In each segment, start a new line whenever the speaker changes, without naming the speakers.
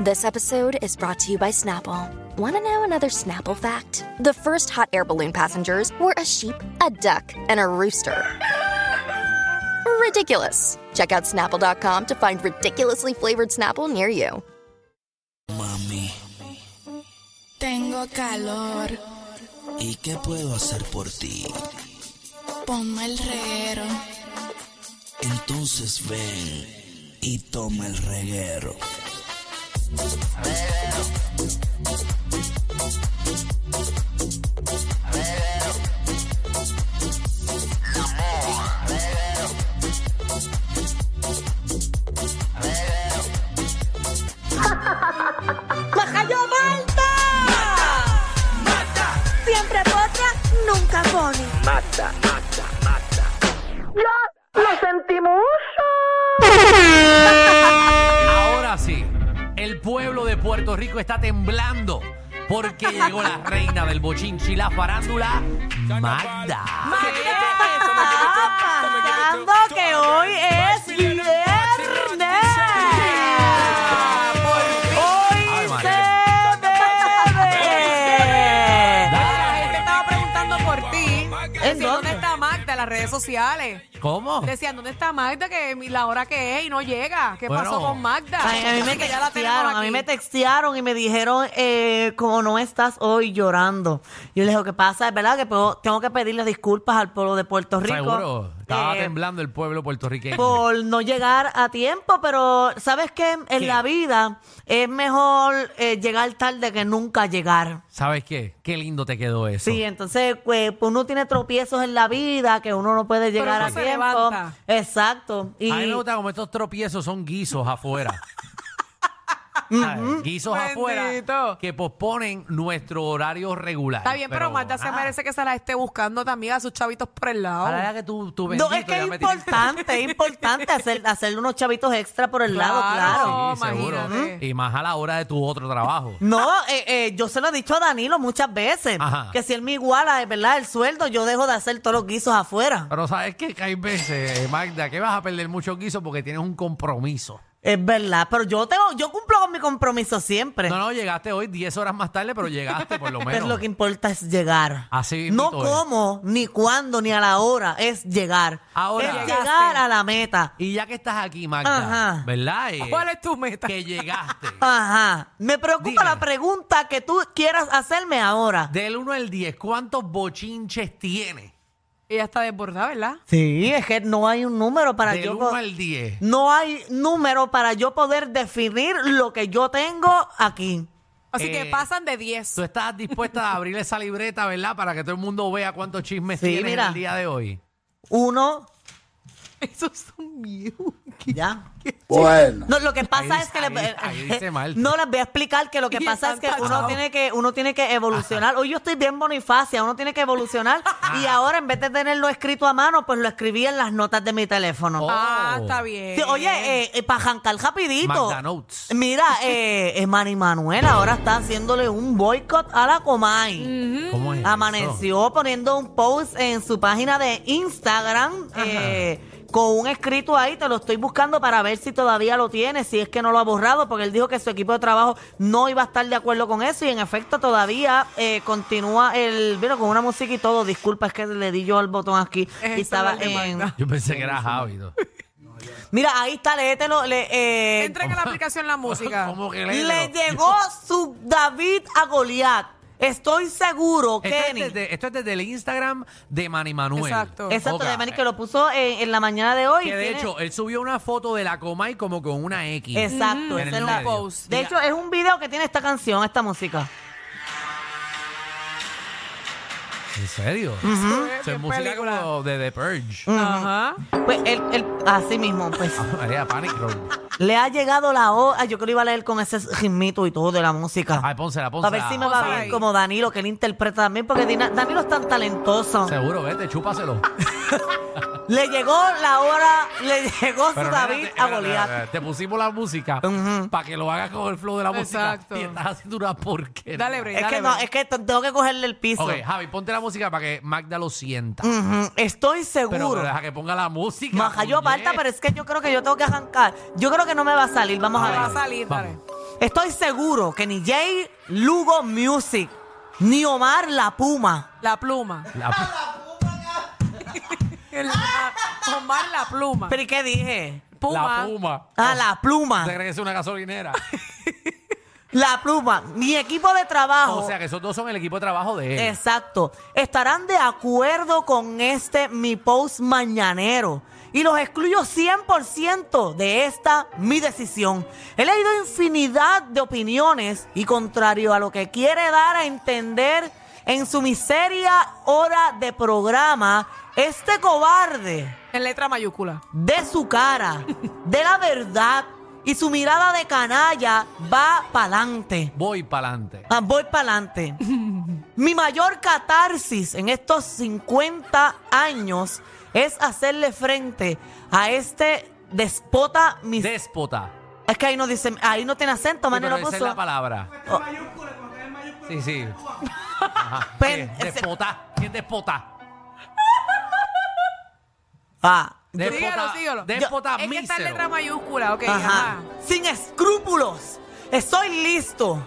This episode is brought to you by Snapple. Want to know another Snapple fact? The first hot air balloon passengers were a sheep, a duck, and a rooster. Ridiculous. Check out snapple.com to find ridiculously flavored Snapple near you.
Mami,
Tengo calor,
¿y qué puedo hacer por ti?
ponme el reguero.
Entonces ven y toma el reguero.
¡Majayo Malta! Siempre potra, nunca pone. ¡Ya lo sentimos!
Ahora sí, el pueblo de Puerto Rico está temblando porque llegó la reina del bochinchi, la farándula, Magda.
Pasando que hoy es viernes. Hoy
Ay, María.
se bebe.
La gente estaba preguntando por ti. Decían,
dónde?
dónde está Magda en las redes sociales.
¿Cómo?
Decían, ¿dónde está Magda? Que la hora que es y no llega. ¿Qué
Bueno.
pasó con Magda?
Ay, a mí me
Dicen que ya la tenemos
textearon, a mí
aquí.
me textearon y me dijeron, eh, como no estás hoy llorando. Yo les digo, ¿qué pasa? Es verdad que puedo- tengo que pedirle disculpas al pueblo de Puerto Rico.
Seguro, estaba
eh,
temblando el pueblo puertorriqueño.
por no llegar a tiempo, pero ¿sabes qué? En la vida es mejor eh, llegar tarde que nunca llegar.
¿Sabes qué? Qué lindo te quedó eso.
Sí, entonces pues, uno tiene tropiezos en la vida que uno no puede llegar
uno
a
se
tiempo.
levanta.
Exacto. Y
A mí me gusta como estos tropiezos son guisos afuera. ¿Sabes? Guisos afuera
Bendito.
que posponen nuestro horario regular.
Está bien, pero, Magda se
ah,
merece que se la esté buscando también a sus chavitos por el lado.
A la edad que tú, tú
No,
bendito,
es que
ya
es
me tienes-
importante, es importante hacer, hacerle unos chavitos extra por el lado, claro.
No,
Sí, seguro.
imagínate.
Y más a la hora de tu otro trabajo.
No, eh, eh, yo se lo he dicho a Danilo muchas veces,
Ajá.
que si él me iguala, eh, ¿verdad? El sueldo, yo dejo de hacer todos los guisos afuera.
Pero sabes qué? que hay veces, eh, Magda, que vas a perder mucho guiso porque tienes un compromiso.
Es verdad, pero yo tengo, yo cumplo con mi compromiso siempre.
No, no, llegaste hoy 10 horas más tarde, pero llegaste por lo menos.
Pues lo que importa es llegar.
Así
no
mismito es.
cómo, ni cuándo, ni a la hora, es llegar.
Ahora.
es
Llegaste.
llegar a la meta.
Y ya que estás aquí, Magda,
Ajá.
¿verdad? Eh,
¿Cuál es tu meta?
Que llegaste.
Ajá. Me preocupa
Dime.
la pregunta que tú quieras hacerme ahora.
Del 1 al 10, ¿cuántos bochinches tienes?
Ella está desbordada, ¿verdad?
Sí, es que no hay un número para
Del
yo
1
po-
al 10.
no hay número para yo poder definir lo que yo tengo aquí.
Así que
Eh,
pasan de 10.
Tú estás dispuesta a abrir esa libreta, ¿verdad? Para que todo el mundo vea cuántos chismes
Sí,
tienes en
mira.
el día de hoy.
Uno,
Esos son míos.
Oh. ya.
Bueno,
No, lo que pasa
Ahí-
es que
ahí-
le-
ahí dice Marta.
no les voy a explicar que lo que
Y
pasa es que
están
uno
tachados.
tiene que uno tiene que evolucionar. Hoy yo estoy bien bonifacia, uno tiene que evolucionar
Ah.
y ahora en vez de tenerlo escrito a mano, pues lo escribí en las notas de mi teléfono.
Oh.
Ah, está bien.
Sí, oye, eh, eh, para jancar rapidito.
Magda Notes.
Mira, eh, eh, Manny Manuel ahora está haciéndole un boicot a la Comay.
¿Cómo es? eso?
Amaneció poniendo un post en su página de Instagram eh, con un escrito ahí, te lo estoy buscando para ver si todavía lo tiene, si es que no lo ha borrado, porque él dijo que su equipo de trabajo no iba a estar de acuerdo con eso y en efecto todavía eh, continúa el, vieron, con una música y todo, disculpa, es que le di yo al botón aquí
Es
y
el
estaba
celular de
en...
Magda.
Yo pensé que era Javi. ¿no?
Mira, ahí está, léetelo, le, eh,
Entrega la aplicación la música.
¿Cómo que le-
le llegó su David a Goliat. Estoy seguro,
Esto Este es,
Kenny.
desde, esto es desde el Instagram de Manny Manuel.
Exacto.
Exacto,
Ok.
de Manny, que lo puso en, en la mañana de hoy.
Que de
Tiene-
hecho, él subió una foto de la Comay como con una X.
Exacto,
En
esa
el
es la
medio.
pose. De hecho, es un video que tiene esta canción, esta música.
¿En serio?
Bien,
Eso es
bien
música
película.
como de The Purge.
Ajá.
Pues él, él- así mismo, pues.
María, Panic Room.
Le ha llegado la hora. Yo que lo iba a leer con ese ritmito y todo de la música.
Ay, pónsela,
a
pónsela.
ver si me va
Ponce
bien
ahí.
como Danilo, que él interpreta también, porque Dina- Danilo es tan talentoso.
Seguro, vete, chúpaselo.
Le llegó la hora, le llegó su David
espérate,
a
espérate,
Goliat.
espérate, Te pusimos la música
Ujú.
para que lo hagas con el flow de la música.
Exacto.
Y estás haciendo una porquería.
Dale, Bray,
Es
dale,
que no,
Bray.
es que t- tengo que cogerle el piso.
Ok, Javi, ponte la música para que Magda lo sienta.
Ujú, Estoy
Pero,
Mm, seguro.
pero deja que ponga la música.
Maja, yo
puñet.
aparta, pero es que yo creo que yo tengo que arrancar. Yo creo que no me va a salir, vamos
Me va
a
a
ver.
salir, dale.
Vamos.
Estoy seguro que ni Jay Lugo Music, ni Omar La Puma,
La pluma.
La-
El- la- Omar la pluma.
¿Pero y qué dije?
Puma.
La puma.
Ah, La Pluma.
¿Te crees que es una gasolinera?
La Pluma. Mi equipo de trabajo.
o sea, que esos dos son el equipo de trabajo de él.
Exacto. Estarán de acuerdo con este mi post mañanero. Y los excluyo 100% de esta mi decisión. He leído infinidad de opiniones y contrario a lo que quiere dar a entender en su miseria hora de programa, este cobarde
En letra mayúscula.
de su cara, de la verdad y su mirada de canalla va pa'lante.
Voy para adelante.
Ah, voy para adelante. Mi mayor catarsis en estos 50 años es hacerle frente a este despota mis...
Déspota.
es que ahí no dice, ahí no tiene acento,
Sí,
man,
pero
no
esa es
puso.
la palabra.
Oh.
Sí, sí.
Pen-
Sí,
ese-
Despota. ¿Quién despota?
Ah,
Despota.
Síguelo, síguelo.
Despota
Es que está en
mísero.
letra mayúscula, ok.
ajá.
ajá.
Sin escrúpulos. Estoy listo.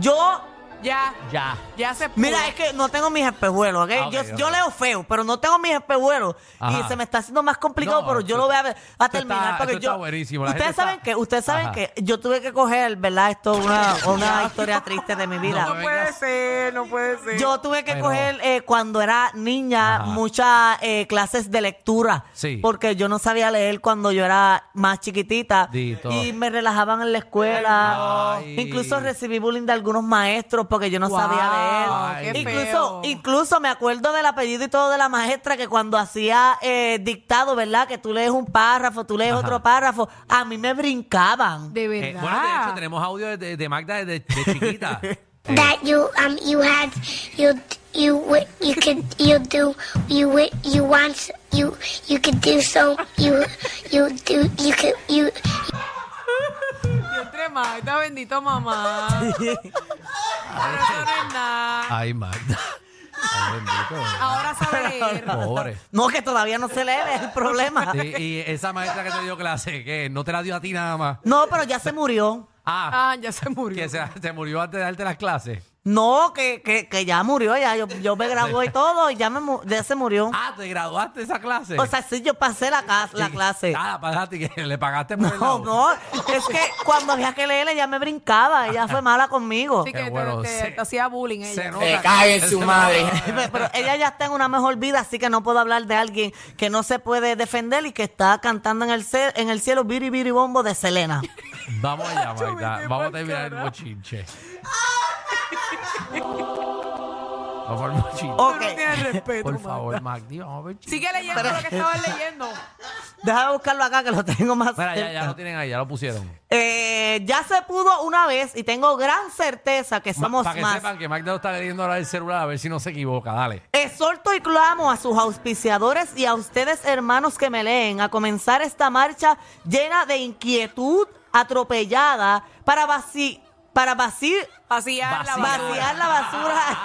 Yo,
Ya,
Ya.
ya se pudo.
mira, es que no tengo mis espejuelos, ¿ok?
Ah, ok,
yo, yo
ok.
leo feo, pero no tengo mis espejuelos.
Ajá.
Y se me está haciendo más complicado,
No,
pero yo
esto-
lo voy a, ver- a
esto
terminar.
está-
porque
esto
yo,
está buenísimo, la
Ustedes
gente
saben
está-
que, ustedes saben
Ajá.
que yo tuve que coger, ¿verdad? Esto es una, una historia triste de mi vida.
No,
No puede ser, no puede ser.
Yo tuve que
Pero-
coger eh, cuando era niña
Ajá.
muchas eh, clases de lectura.
Sí.
Porque yo no sabía leer cuando yo era más chiquitita.
Dito.
Y me relajaban en la escuela.
Ay.
Incluso recibí bullying de algunos maestros porque yo no
Guau,
sabía leer.
qué
incluso,
feo.
incluso me acuerdo del apellido y todo de la maestra que cuando hacía eh, dictado, ¿verdad? Que tú lees un párrafo, tú lees
Ajá.
otro párrafo. A mí me brincaban.
De verdad.
Eh, bueno, de hecho, tenemos audio de, de Magda desde de chiquita. Eh,
that you um you had you you wi- you could you do you wi- you want you you could do so you you do you could you
Yo entre Magda, bendito mamá. Ahora eso no es nada.
Ay, Magda. Ay, bendito.
Ahora sabe leer.
Pobre.
No, que todavía no se lee, es el problema.
Y, y esa maestra que te dio clase, que no te la dio a ti nada más.
No, pero ya se murió.
Ah,
Ah, ya se murió.
que se, te murió antes de darte las clases.
No, que, que, que ya murió, ya yo, yo me gradué y todo, y ya, me, mu- ya se murió.
Ah, te graduaste de esa clase.
O sea, sí, yo pasé la, ca- la clase.
Ah, la pagaste, que le pagaste por el
No,
lado.
no, es que cuando había que leer, ella me brincaba, ella fue mala conmigo.
Así
Qué
que te-
bueno,
te,
se-
te hacía bullying
Se
ella.
nota.
Me cae en Eh, su madre.
Pero ella ya está en una mejor vida, así que no puedo hablar de alguien que no se puede defender y que está cantando en el, ce- en el cielo Biri Biri Bombo de Selena.
Vamos allá,
Yo me
Magda.
fui
Vamos a
pa'l
terminar el
carajo.
bochinche. Vamos al bochinche.
Ok,
Tú no tienes respeto,
Por
Magda.
favor, Magdi, vamos a ver.
Sigue leyendo lo que estabas leyendo.
déjame buscarlo acá que lo tengo más
Mira, ya, ya
cerca.
lo tienen ahí, ya lo pusieron.
Eh, ya se pudo una vez y tengo gran certeza que somos
Para que
más.
sepan que Magda lo está leyendo ahora el celular a ver si no se equivoca. Dale.
Exhorto y clamo a sus auspiciadores y a ustedes, hermanos que me leen, a comenzar esta marcha llena de inquietud atropellada para, vaci para vaci
Vaciar la
Vaciar.
basura.
vaciar la basura.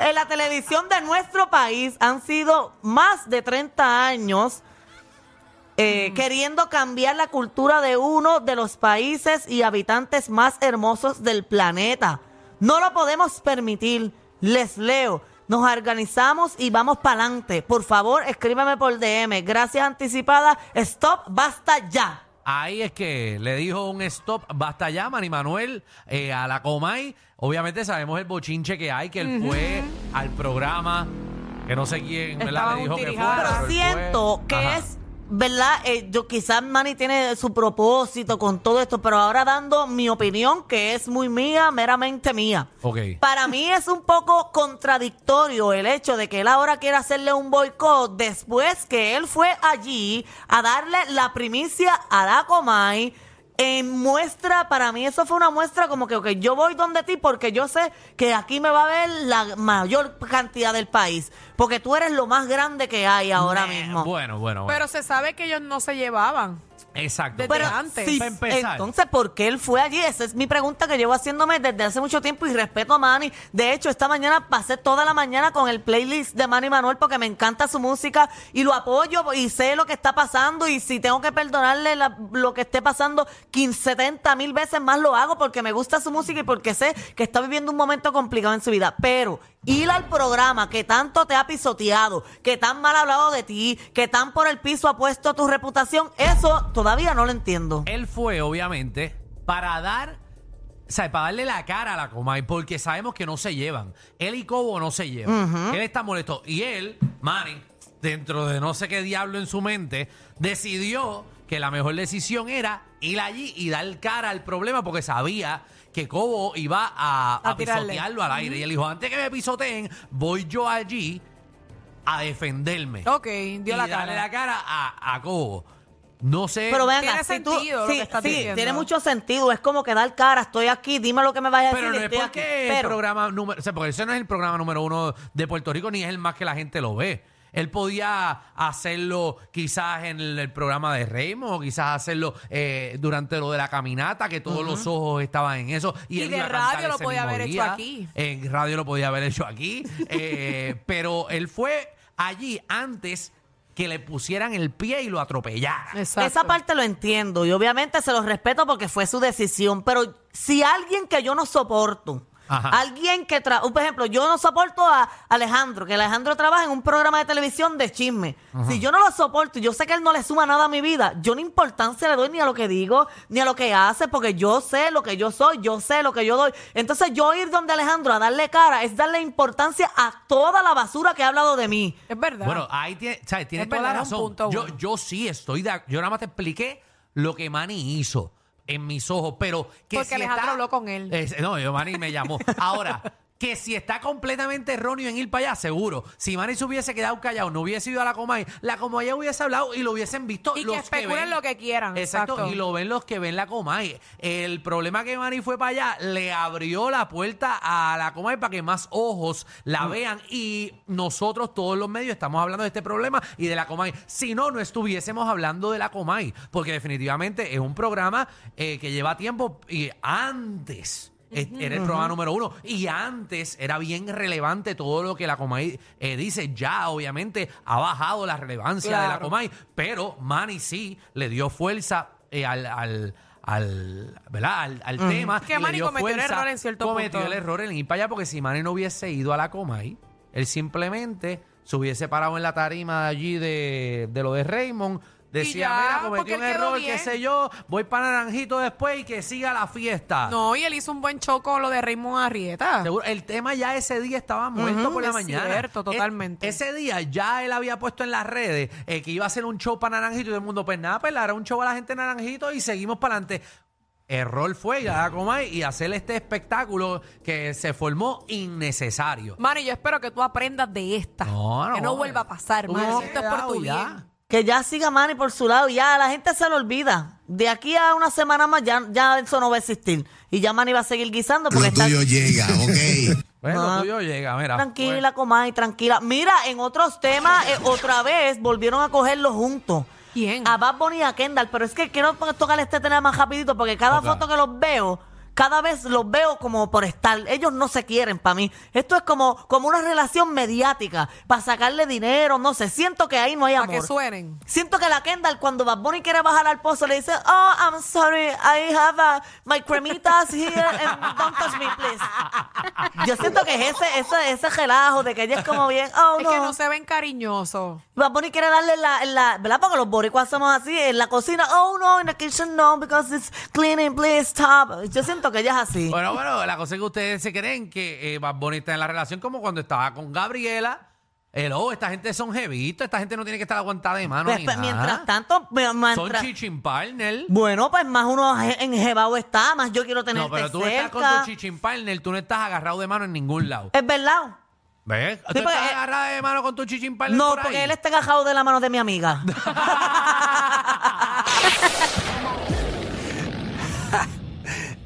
En la televisión de nuestro país han sido más de 30 años
Mm.
eh, queriendo cambiar la cultura de uno de los países y habitantes más hermosos del planeta. No lo podemos permitir. Les leo. Nos organizamos y vamos para adelante. Por favor, escríbeme por DM. Gracias anticipada. Stop, basta ya.
Ahí es que le dijo un stop, basta ya, Manny Manuel, eh, a la Comay. Obviamente sabemos el bochinche que hay, que él fue al programa, que no sé quién, ¿verdad?
Estaban
Le dijo que fue.
utilizadas.
pero
Pero
él
siento
fue.
que
Ajá.
es ¿verdad? Eh, yo quizás Manny tiene su propósito con todo esto, pero ahora dando mi opinión, que es muy mía, meramente mía.
Ok.
Para mí es un poco contradictorio el hecho de que él ahora quiera hacerle un boicot después que él fue allí a darle la primicia a la Comay. En muestra, para mí eso fue una muestra como que ok, yo voy donde ti porque yo sé que aquí me va a ver la mayor cantidad del país, porque tú eres lo más grande que hay ahora
Eh,
mismo.
Bueno, bueno, bueno.
Pero se sabe que ellos no se llevaban.
Exacto.
desde
Pero
antes.
sí,
Para empezar.
Entonces, ¿por qué él fue allí? Esa es mi pregunta que llevo haciéndome desde hace mucho tiempo y respeto a Manny. De hecho, esta mañana pasé toda la mañana con el playlist de Manny Manuel porque me encanta su música y lo apoyo y sé lo que está pasando y si tengo que perdonarle la- lo que esté pasando 15, 70 mil veces más lo hago porque me gusta su música y porque sé que está viviendo un momento complicado en su vida. Pero ir al programa que tanto te ha pisoteado, que tan mal ha hablado de ti, que tan por el piso ha puesto tu reputación, eso todavía no lo entiendo.
Él fue, obviamente, para dar. O sea, para darle la cara a la Comay, porque sabemos que no se llevan. Él y Cobo no se llevan. Él está molesto. Y él, Manny, dentro de no sé qué diablo en su mente, decidió que la mejor decisión era ir allí y dar cara al problema, porque sabía que Cobo iba a,
A
a
tirarle.
pisotearlo al aire. Y él dijo, antes que me pisoteen, voy yo allí a defenderme.
Ok, dio
y
la cara.
darle la cara a, a Cobo. No sé...
Pero ven
Tiene
acá, si tú-
sentido lo
sí,
que estás
sí,
diciendo.
tiene mucho sentido. Es como que dar cara, estoy aquí, dime lo que me vayas a
Pero
decir.
no es
estoy aquí.
porque el
Pero-
programa número, o sea, porque ese no es el programa número uno de Puerto Rico, ni es el más que la gente lo ve. Él podía hacerlo quizás en el, el programa de Raymond, o quizás hacerlo eh, durante lo de la caminata, que todos los ojos estaban en eso. Y,
Y
él
de
iba a cantar
radio lo
ese
podía
mismo
haber hecho
día.
aquí.
En radio lo podía haber hecho aquí. eh, pero él fue allí antes que le pusieran el pie y lo atropellaran.
Exacto.
Esa parte lo entiendo y obviamente se los respeto porque fue su decisión, pero si alguien que yo no soporto,
Ajá.
alguien que, tra- por ejemplo, yo no soporto a Alejandro, que Alejandro trabaja en un programa de televisión de chisme, si yo no lo soporto, y yo sé que él no le suma nada a mi vida, yo ni importancia le doy ni a lo que digo, ni a lo que hace, porque yo sé lo que yo soy, yo sé lo que yo doy. Entonces yo ir donde Alejandro a darle cara es darle importancia a toda la basura que ha hablado de mí.
Es verdad.
Bueno, ahí tiene, ¿sabes? tiene
Es
toda la
verdad, es un
razón.
punto
yo,
bueno.
yo sí estoy de ac- Yo nada más te expliqué lo que Manny hizo en mis ojos, pero que
Porque
si
Alejandro
está-
habló con él.
Es- no, yo, Manny me llamó. Ahora, que si está completamente erróneo en ir para allá, seguro. Si Manny se hubiese quedado callado, no hubiese ido a la Comay, la Comay hubiese hablado y lo hubiesen visto
Y que
los
especulen
ven-
lo que quieran,
Exacto.
exacto.
Y lo ven los que ven la Comay. El problema que Manny fue para allá le abrió la puerta a la Comay para que más ojos la
Mm.
vean. Y nosotros, todos los medios, estamos hablando de este problema y de la Comay. Si no, no estuviésemos hablando de la Comay. Porque definitivamente es un programa eh, que lleva tiempo y antes. Es- Era el programa número uno. Y antes era bien relevante todo lo que la Comay eh, dice. Ya, obviamente, ha bajado la relevancia de la
Claro.
Comay. Pero Manny sí le dio fuerza eh, al. al al, ¿verdad? al, al tema.
Que
y le
Manny
dio
cometió el
fuerza,
error en cierto
cometió
punto.
el error en ir para allá porque si Manny no hubiese ido a la Comay, él simplemente se hubiese parado en la tarima de allí de, de lo de Raymond. Decía,
ya,
mira,
porque
cometí un
él quedó
error,
bien.
qué sé yo, voy para Naranjito después y que siga la fiesta.
No, y él hizo un buen choco lo de Raymond Arrieta.
Seguro, el tema ya ese día estaba muerto por
Ah.
la
es
mañana.
cierto,
Es-
totalmente.
ese día ya él había puesto en las redes eh, que iba a hacer un show para Naranjito y todo el mundo, pues nada, pues le hará un show a la gente de Naranjito y seguimos para adelante. Error fue ir a la Comay y hacer este espectáculo que se formó innecesario.
Mani, yo espero que tú aprendas de esta. que no vuelva a pasar,
eh. Tú
Mani.
hubieses
Esto es por tu
quedado ya.
bien.
Que ya siga Manny por su lado, ya a la gente se lo olvida. De aquí a una semana más ya, ya eso no va a existir. Y ya Manny va a seguir guisando porque
Lo
está
tuyo llega, ¿ok?
Bueno,
Ah.
tuyo llega, mira.
tranquila, Comay, tranquila. Mira, en otros temas, eh, otra vez volvieron a cogerlo juntos.
¿Quién?
A Bad Bunny y a Kendall, pero es que quiero to- tocar este tema más rapidito porque cada
Ok.
foto que los veo, cada vez los veo como por estar. Ellos no se quieren para mí. Esto es como, como una relación mediática, para sacarle dinero, no sé. Siento que ahí no hay
Para
amor.
que suenen.
Siento que la Kendall, cuando Bad Bunny quiere bajar al pozo, le dice, oh, I'm sorry, I have uh, my cremitas here and don't touch me, please. Yo siento que es ese, ese, ese relajo de que ella es como bien, oh,
Es
no.
que no se ven cariñosos.
Bad Bunny quiere darle la, la, ¿verdad? Porque los boricuas somos así, en la cocina, oh, no, in the kitchen, no, because it's cleaning, please stop. Yo siento que ella es así.
Bueno, bueno, la cosa es que ustedes se creen que eh, Bad Bunny está en la relación como cuando estaba con Gabriela Hello, esta gente son jevitos, esta gente no tiene que estar aguantada de mano.
Pues,
ni
pues,
nada.
mientras tanto, me-
son
mientras-
chichin partner.
bueno, pues más uno enjebado está, más yo quiero tenerte
No, pero tú
este cerca.
estás con tu chichin partner, tú no estás agarrado de mano en ningún lado.
es verdad.
¿Ves? ¿Tú
porque- eh,
estás agarrada de mano con tu chichin partner?
No,
por ahí?
porque él está engajado de la mano de mi amiga.